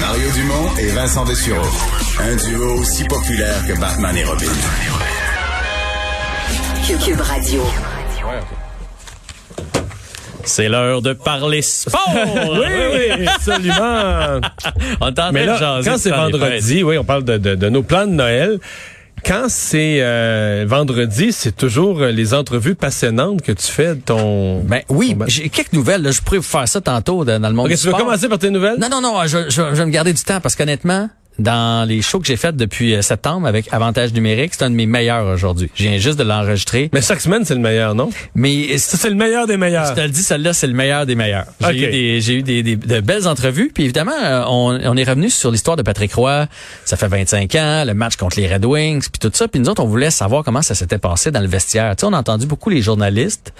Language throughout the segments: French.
Mario Dumont et Vincent Dessureau. Un duo aussi populaire que Batman et Robin. Cube Radio. C'est l'heure de parler sport! oui, oui, absolument. On t'entend Mais là, jaser quand de c'est faire les fêtes. vendredi, oui, on parle de, de- de nos plans de Noël. Quand c'est euh, vendredi, c'est toujours euh, les entrevues passionnantes que tu fais de ton... Ben oui, ton- j'ai quelques nouvelles. là. Je pourrais vous faire ça tantôt dans, dans le monde Ok, du tu veux sport. commencer par tes nouvelles? Non, non, non, je, je, je vais me garder du temps parce qu'honnêtement, dans les shows que j'ai faites depuis euh, septembre avec Avantage numérique, c'est un de mes meilleurs aujourd'hui. Je viens juste de l'enregistrer. Mais chaque semaine, c'est le meilleur, non? Mais Ça, c'est- c'est le meilleur des meilleurs. je te le dis, celle-là, c'est le meilleur des meilleurs. J'ai Ok. eu, des, j'ai eu des, des- de belles entrevues. Puis évidemment, euh, on, on est revenu sur l'histoire de Patrick Roy. Ça fait 25 ans, le match contre les Red Wings, puis tout ça. Puis nous autres, on voulait savoir comment ça s'était passé dans le vestiaire. Tu sais, on a entendu beaucoup les journalistes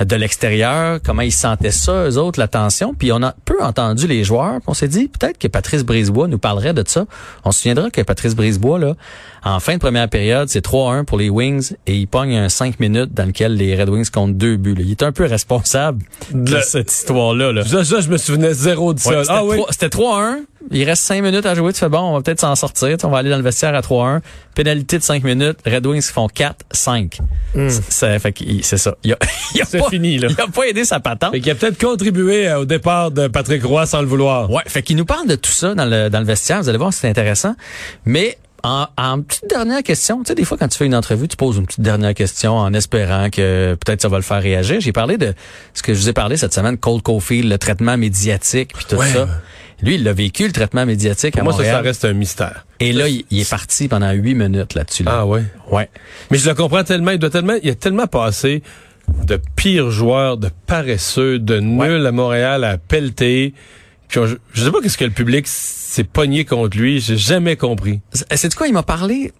euh, de l'extérieur, comment ils sentaient ça, eux autres, la tension. Puis on a peu entendu les joueurs. Puis On s'est dit, peut-être que Patrice Brisebois nous parlerait de ça. On se souviendra que Patrice Brisebois, là, en fin de première période, c'est 3-1 pour les Wings et il pogne un 5 minutes dans lequel les Red Wings comptent deux buts. là. Il est un peu responsable de Le- cette histoire-là. Là. Ça, ça, je me souvenais zéro de ça. Ouais, c'était ah oui? trois- C'était 3-1. Il reste 5 minutes à jouer. Tu fais bon, on va peut-être s'en sortir. Tu sais, On va aller dans le vestiaire à 3-1. Pénalité de 5 minutes. Red Wings font 4-5. C'est fait qu'il- c'est ça. Il a, il a Hmm. C'est pas- fini, là. Il a pas aidé sa patente. Fait qu'il a peut-être contribué euh, au départ de Patrick Roy sans le vouloir. Ouais, fait qu'il nous parle de tout ça dans le, dans le vestiaire. Vous allez voir, c'est intéressant. Mais en, en petite dernière question, tu sais, des fois, quand tu fais une entrevue, tu poses une petite dernière question en espérant que peut-être ça va le faire réagir. J'ai parlé de ce que je vous ai parlé cette semaine, Cold Cofield, le traitement médiatique, puis tout Ouais. ça. Lui, il l'a vécu, le traitement médiatique à Pour moi, ça, Montréal. ça reste un mystère. Et là, il, il est parti pendant huit minutes là-dessus. là. Ah ouais? Ouais. Mais je le comprends tellement, il doit tellement, il a tellement passé de pires joueurs, de paresseux, de nuls à Montréal à pelleter. Puis on- je sais pas qu'est-ce que le public s'est pogné contre lui, j'ai jamais compris. C'est de quoi il m'a parlé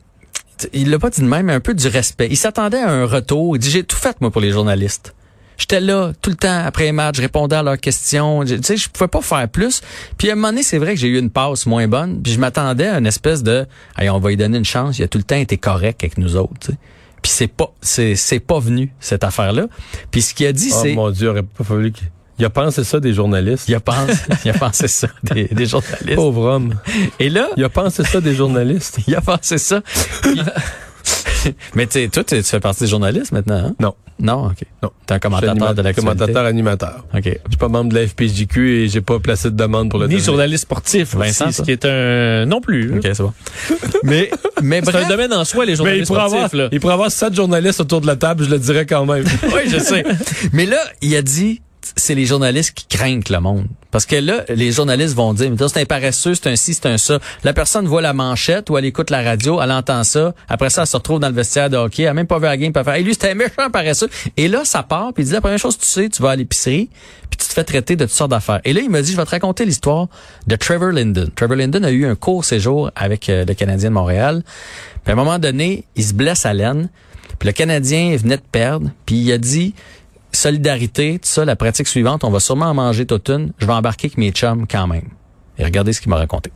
il l'a pas dit de même, mais un peu du respect. Il s'attendait à un retour. Il dit, j'ai tout fait, moi, pour les journalistes. J'étais là tout le temps après les matchs, je répondais à leurs questions. Je- Tu sais, je pouvais pas faire plus. Puis à un moment donné, c'est vrai que j'ai eu une passe moins bonne. Puis je m'attendais à une espèce de, hey, on va lui donner une chance. Il a tout le temps été correct avec nous autres. tu sais. Puis c'est pas, c'est, c'est pas venu cette affaire-là. Puis ce qu'il a dit, Oh c'est, mon dieu, il aurait pas fallu qu'il... Il a pensé ça des journalistes. il a pensé, il a pensé ça des, des journalistes. Pauvre homme. Et là, Oh. Il a pensé ça des journalistes. Il a pensé ça. Il- Mais tu sais, toi, tu tu fais partie des journalistes maintenant, hein? Non. Non, OK. Non. T'es un commentateur de l'actualité. Commentateur animateur. OK. Je suis pas membre de la FPJQ et j'ai pas placé de demande pour le Ni devenir. journaliste sportif, Vincent, Vincent, ça. ce qui est un... Non plus. OK, c'est bon. mais, mais C'est bref. un domaine en soi, Mais les il journalistes pourrait sportifs. avoir, là. il pourrait avoir sept journalistes autour de la table, je le dirais quand même. oui, je sais. Mais là, il a dit, c'est les journalistes qui craignent le monde. Parce que là, les journalistes vont dire, mais toi, c'est un paresseux, c'est un ci, c'est un ça. La personne voit la manchette ou elle écoute la radio, elle entend ça. Après ça, elle se retrouve dans le vestiaire de hockey, elle a même pas vu la game, puis elle fait, hey, lui, c'était un méchant paresseux. Et là, ça part, puis il dit, la première chose, tu sais, tu vas à l'épicerie, puis tu te fais traiter de toutes sortes d'affaires. Et là, il me dit, je vais te raconter l'histoire de Trevor Linden. Trevor Linden a eu un court séjour avec euh, le Canadien de Montréal. Puis à un moment donné, il se blesse à l'aine. Puis le Canadien venait de perdre, puis il a dit solidarité, tout ça, la pratique suivante, on va sûrement en manger toute une, je vais embarquer avec mes chums quand même. Et regardez ce qu'il m'a raconté.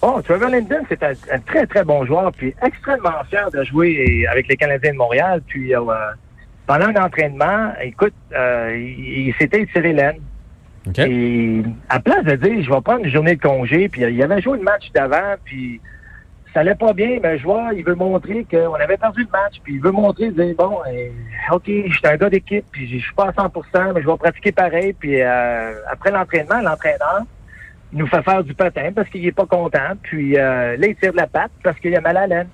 Bon, Oh, Trevor Linden, c'est un, un très, très bon joueur, puis extrêmement fier de jouer avec les Canadiens de Montréal. Puis euh, pendant un entraînement, écoute, euh, il, il s'était tiré l'aine. OK. Et à place de dire, je vais prendre une journée de congé, puis euh, il avait joué le match d'avant, puis ça allait pas bien, mais le joueur, il veut montrer qu'on avait perdu le match, puis il veut montrer, dire, bon, euh, OK, je suis un gars d'équipe, puis je suis pas à 100%, mais je vais pratiquer pareil. Puis euh, après l'entraînement, l'entraîneur, il nous fait faire du patin parce qu'il est pas content. Puis euh, là, il tire de la patte parce qu'il a mal à l'aine.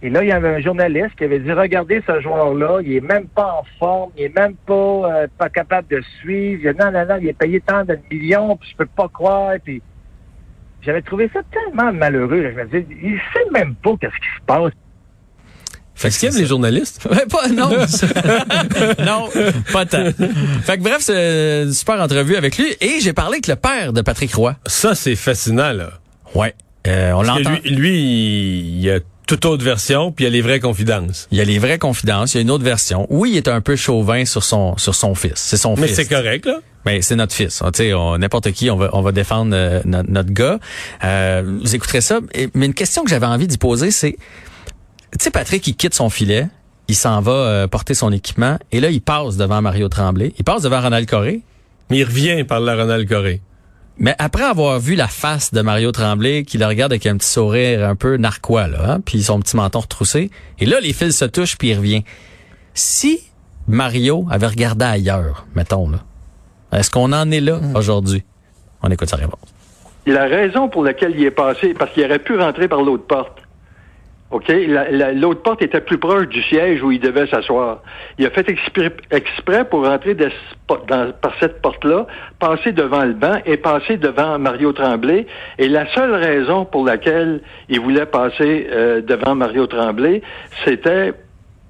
Et là, il y avait un journaliste qui avait dit Regardez ce joueur-là, il est même pas en forme, il est même pas, euh, pas capable de suivre. Il a, non, non, non, il est payé tant de millions, puis je peux pas croire. Puis j'avais trouvé ça tellement malheureux. là. Je me disais, il sait même pas qu'est-ce qui se passe. Fait que c'est aiment les journalistes? Ouais, pas, non. non, pas tant. Fait que bref, c'est une super entrevue avec lui. Et j'ai parlé avec le père de Patrick Roy. Ça, c'est fascinant, là. Ouais. Euh, on Parce que l'entend. lui, lui, il y a toute autre version, puis il y a les vraies confidences. Il y a les vraies confidences, il y a une autre version. Oui, il est un peu chauvin sur son sur son fils. C'est son Mais fils. c'est correct, là. Mais c'est notre fils. Ah, Tu sais, on- n'importe qui, on va on va défendre euh, notre, notre gars. Euh, vous écouterez ça. Et- mais une question que j'avais envie d'y poser, c'est, tu sais, Patrick, il quitte son filet, il s'en va euh, porter son équipement, et là, il passe devant Mario Tremblay, il passe devant Ronald Coré. Mais il revient par la Ronald Coré. Mais après avoir vu la face de Mario Tremblay, qui le regarde avec un petit sourire un peu narquois, là, hein, puis son petit menton retroussé, et là, les fils se touchent, puis il revient. Si Mario avait regardé ailleurs, mettons, là, est-ce qu'on en est là aujourd'hui? On écoute sa réponse. La raison pour laquelle il est passé, parce qu'il aurait pu rentrer par l'autre porte. OK? La- la- L'autre porte était plus proche du siège où il devait s'asseoir. Il a fait expré- exprès pour rentrer de ce po- dans- par cette porte-là, passer devant le banc et passer devant Mario Tremblay. Et la seule raison pour laquelle il voulait passer euh, devant Mario Tremblay, c'était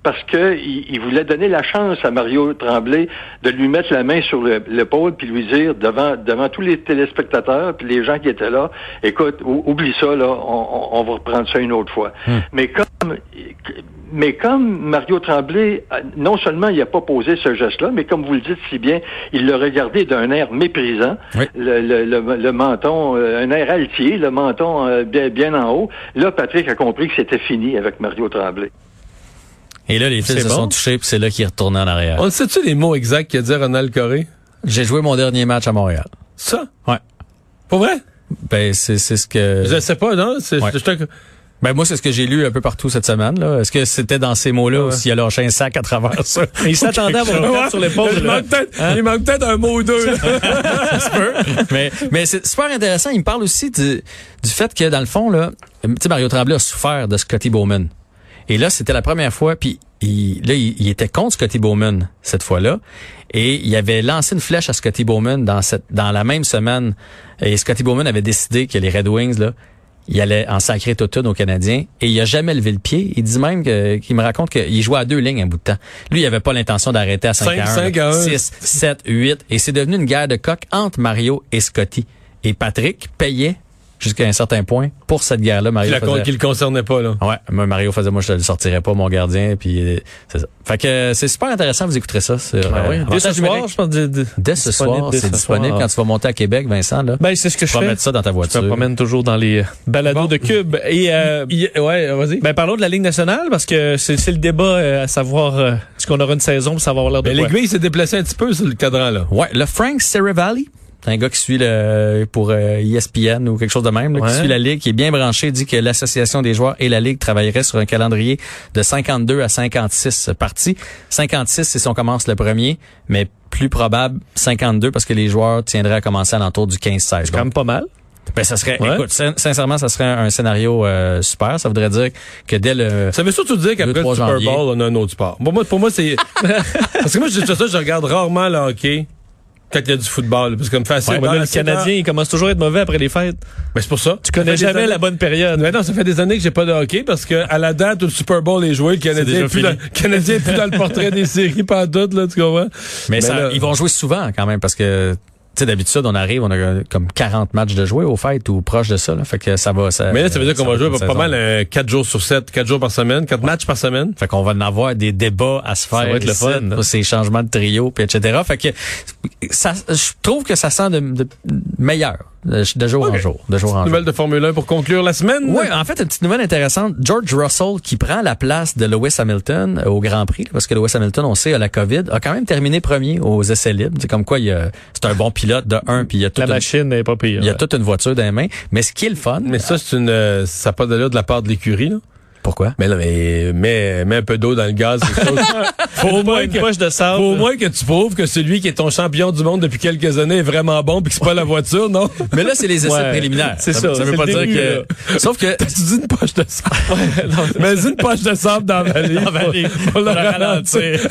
parce que il, il voulait donner la chance à Mario Tremblay de lui mettre la main sur le- l'épaule puis lui dire devant devant tous les téléspectateurs puis les gens qui étaient là, écoute, ou- oublie ça là, on, on- on va reprendre ça une autre fois. Mais comme mais comme Mario Tremblay, euh, non seulement il n'a pas posé ce geste-là, mais comme vous le dites si bien, il l'a regardé d'un air méprisant, Oui. le, le- le- le menton, euh, un air altier, le menton euh, bien, bien en haut. Là, Patrick a compris que c'était fini avec Mario Tremblay. Et là, les fils C'est se bon? sont touchés, puis c'est là qu'il est retourné en arrière. On sait-tu les mots exacts qu'a dit Ronald Coré? J'ai joué mon dernier match à Montréal. Ça? Ouais. Pour vrai? Ben, c'est c'est ce que... Je sais pas, non? C'est Ouais. c'est un- Ben moi, c'est ce que j'ai lu un peu partout cette semaine. là. Est-ce que c'était dans ces mots-là ou s'il a lâché un sac à travers ça? Il s'attendait à avoir Ouais, une carte sur l'épaule. il là. Hein? Ah, manque peut-être- Il manque peut-être un mot ou deux. là. mais mais c'est super intéressant. Il me parle aussi du, du fait que, dans le fond, là, tu sais, Mario Tremblay a souffert de Scotty Bowman. Et là, c'était la première fois, puis il, là, il, il était contre Scotty Bowman cette fois-là. Et il avait lancé une flèche à Scotty Bowman dans, cette, dans la même semaine. Et Scotty Bowman avait décidé que les Red Wings, là, il allait en sacrer toute une aux Canadiens. Et il a jamais levé le pied. Il dit même que- qu'il me raconte qu'il jouait à deux lignes un bout de temps. Lui, il avait pas l'intention d'arrêter à 5, Cinq, à 1. cinq à un. 6, 7, 8. Et c'est devenu une guerre de coq entre Mario et Scotty. Et Patrick payait jusqu'à un certain point pour cette guerre-là. Mario Il faisait- raconte qu'il le concernait pas, là. Ouais, moi, Mario faisait, moi, je te le sortirais pas, mon gardien, puis euh, c'est ça. Fait que euh, c'est super intéressant, vous écouterez ça sur euh, Dès ce Avantage soir, numérique. je pense. Dès, dès- Dès ce disponible soir, dès c'est ce disponible soir. quand tu vas monter à Québec, Vincent, là. Ben, c'est ce que je tu vas fais. mettre ça dans ta Je me voiture. promène toujours dans les euh, balados de cube. Et euh, Ouais, vas-y. ben, parlons de la Ligue nationale parce que c'est c'est le débat euh, à savoir euh, est-ce qu'on aura une saison pour savoir l'air de Mais quoi. Ben, l'aiguille s'est déplacée un petit peu sur le cadran, là. Ouais, le Frank Cerevali, c'est un gars qui suit le pour euh, ESPN ou quelque chose de même, là, qui Ouais. suit la ligue, qui est bien branché, dit que l'association des joueurs et la ligue travailleraient sur un calendrier de 52 à 56 parties. 56 c'est si on commence le premier, mais plus probable 52 parce que les joueurs tiendraient à commencer à l'entour du 15-16. Quand Donc, même pas mal. Ben, ça serait, Ouais. écoute, sin- sincèrement, ça serait un, un scénario euh, super. Ça voudrait dire que dès le... Ça veut surtout dire Le qu'après le 3 Super janvier. Bowl, on a un autre sport. Pour moi, pour moi c'est. parce que moi, je dis ça, je regarde rarement le hockey quand il y a du football. là, Parce que comme facile. Ouais, dans mais là, la le Canadien, il commence toujours à être mauvais après les fêtes. Mais Ben, c'est pour ça. Tu connais jamais la bonne période. Mais Ben, non, ça fait des années que j'ai pas de hockey parce que à la date où le Super Bowl est joué, le Canadien déjà est plus, dans, fini. le Canadien est plus dans le portrait des séries, pas en doute, là, tu comprends? Ben, Mais, ça, là- ils vont jouer souvent quand même parce que tu sais d'habitude on arrive on a euh, comme 40 matchs de jouer au fait ou proche de ça là. fait que ça va ça, Mais là, ça veut dire qu'on va jouer être pas une saison. mal euh, 4 jours sur 7, 4 jours par semaine, 4 matchs par semaine. fait qu'on va en avoir des débats à se faire va être le ici, fun, là. pour ces changements de trio puis etc fait que ça je trouve que ça sent de, de- meilleur de de jour en Ok. jour de jour en jour Nouvelle de Formule 1 pour conclure la semaine. Oui, en fait, une petite nouvelle intéressante. George Russell, qui prend la place de Lewis Hamilton euh, au Grand Prix, là, parce que Lewis Hamilton, on sait, a la COVID, a quand même terminé premier aux essais libres. C'est comme quoi, il a- c'est un bon pilote de un, puis il a toute, La une, machine n'est pas pire. il a toute une voiture dans les mains. Mais ce qui est le fun, Mais ça, c'est une, euh, ça n'a pas d'allure de la part de l'écurie, là. pourquoi? Mais non, mais mets, mets un peu d'eau dans le gaz. quelque chose. faut, au moins une que, poche de sable. faut au moins que tu prouves que celui qui est ton champion du monde depuis quelques années est vraiment bon puis que c'est pas la voiture, non? Mais là, c'est les essais Ouais, préliminaires. c'est veut- ça, Ça veut c'est pas le dire début, que... Sauf que... tu dis une poche de sable. mais dis une poche de sable dans la vallée. Pour le ralentir.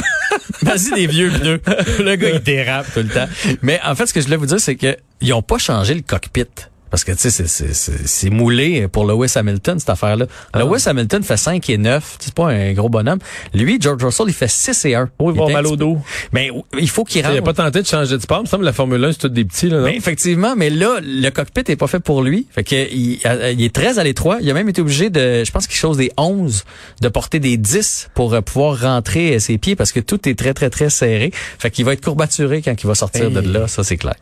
Vas-y des vieux pneus. Le gars, il dérape tout le temps. Mais en fait, ce que je voulais vous dire, c'est que ils ont pas changé le cockpit. Parce que, tu sais, c'est- c'est- c'est c'est moulé pour Lewis Hamilton, cette affaire-là. Ah. Lewis Hamilton fait 5 et 9. C'est pas un gros bonhomme. Lui, George Russell, il fait 6 et 1. Oui, il va était un mal au petit peu- dos. Mais il faut qu'il Il rentre. a pas tenté de changer de sport. Il me semble que la Formule 1, c'est tous des petits, là, non? Mais Ben, effectivement, mais là, le cockpit est pas fait pour lui. Fait que il, à- il est très à l'étroit. Il a même été obligé de, je pense qu'il chose des 11, de porter des 10 pour euh, pouvoir rentrer euh, ses pieds parce que tout est très, très, très serré. Fait qu'il va être courbaturé quand il va sortir de là. Ça, c'est clair.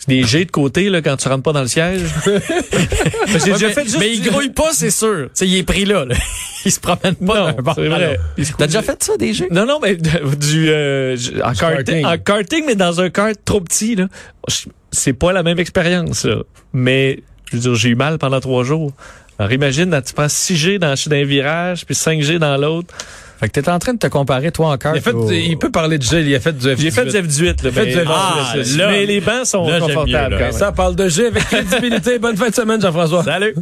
C'est des jets de côté là, quand tu rentres pas dans le siège. J'ai déjà mais, fait juste- mais il grouille pas, c'est sûr. Tu sais, il est pris là. là. il se promène pas. Non, d'un bord c'est à vrai. l'autre. Il se T'as couche- déjà fait ça, des jeux? Ah, Non, non, mais de- du, euh, je- en, karting, karting. en Ah, karting, mais dans un kart trop petit, là. Je- C'est pas la même expérience, là. Mais, je veux dire, j'ai eu mal pendant trois jours. Alors, imagine, là, tu prends 6G dans, dans un virage, puis 5G dans l'autre. Fait que t'es en train de te comparer, toi, encore. Il, a fait, il peut parler de gel, il a fait du F18. J'ai fait du F18, là. Fait du mais- F18, Ah, là. mais les bancs sont Là, j'aime mieux, confortables, là. quand même. Ça parle de G avec crédibilité. Bonne fin de semaine, Jean-François. Salut!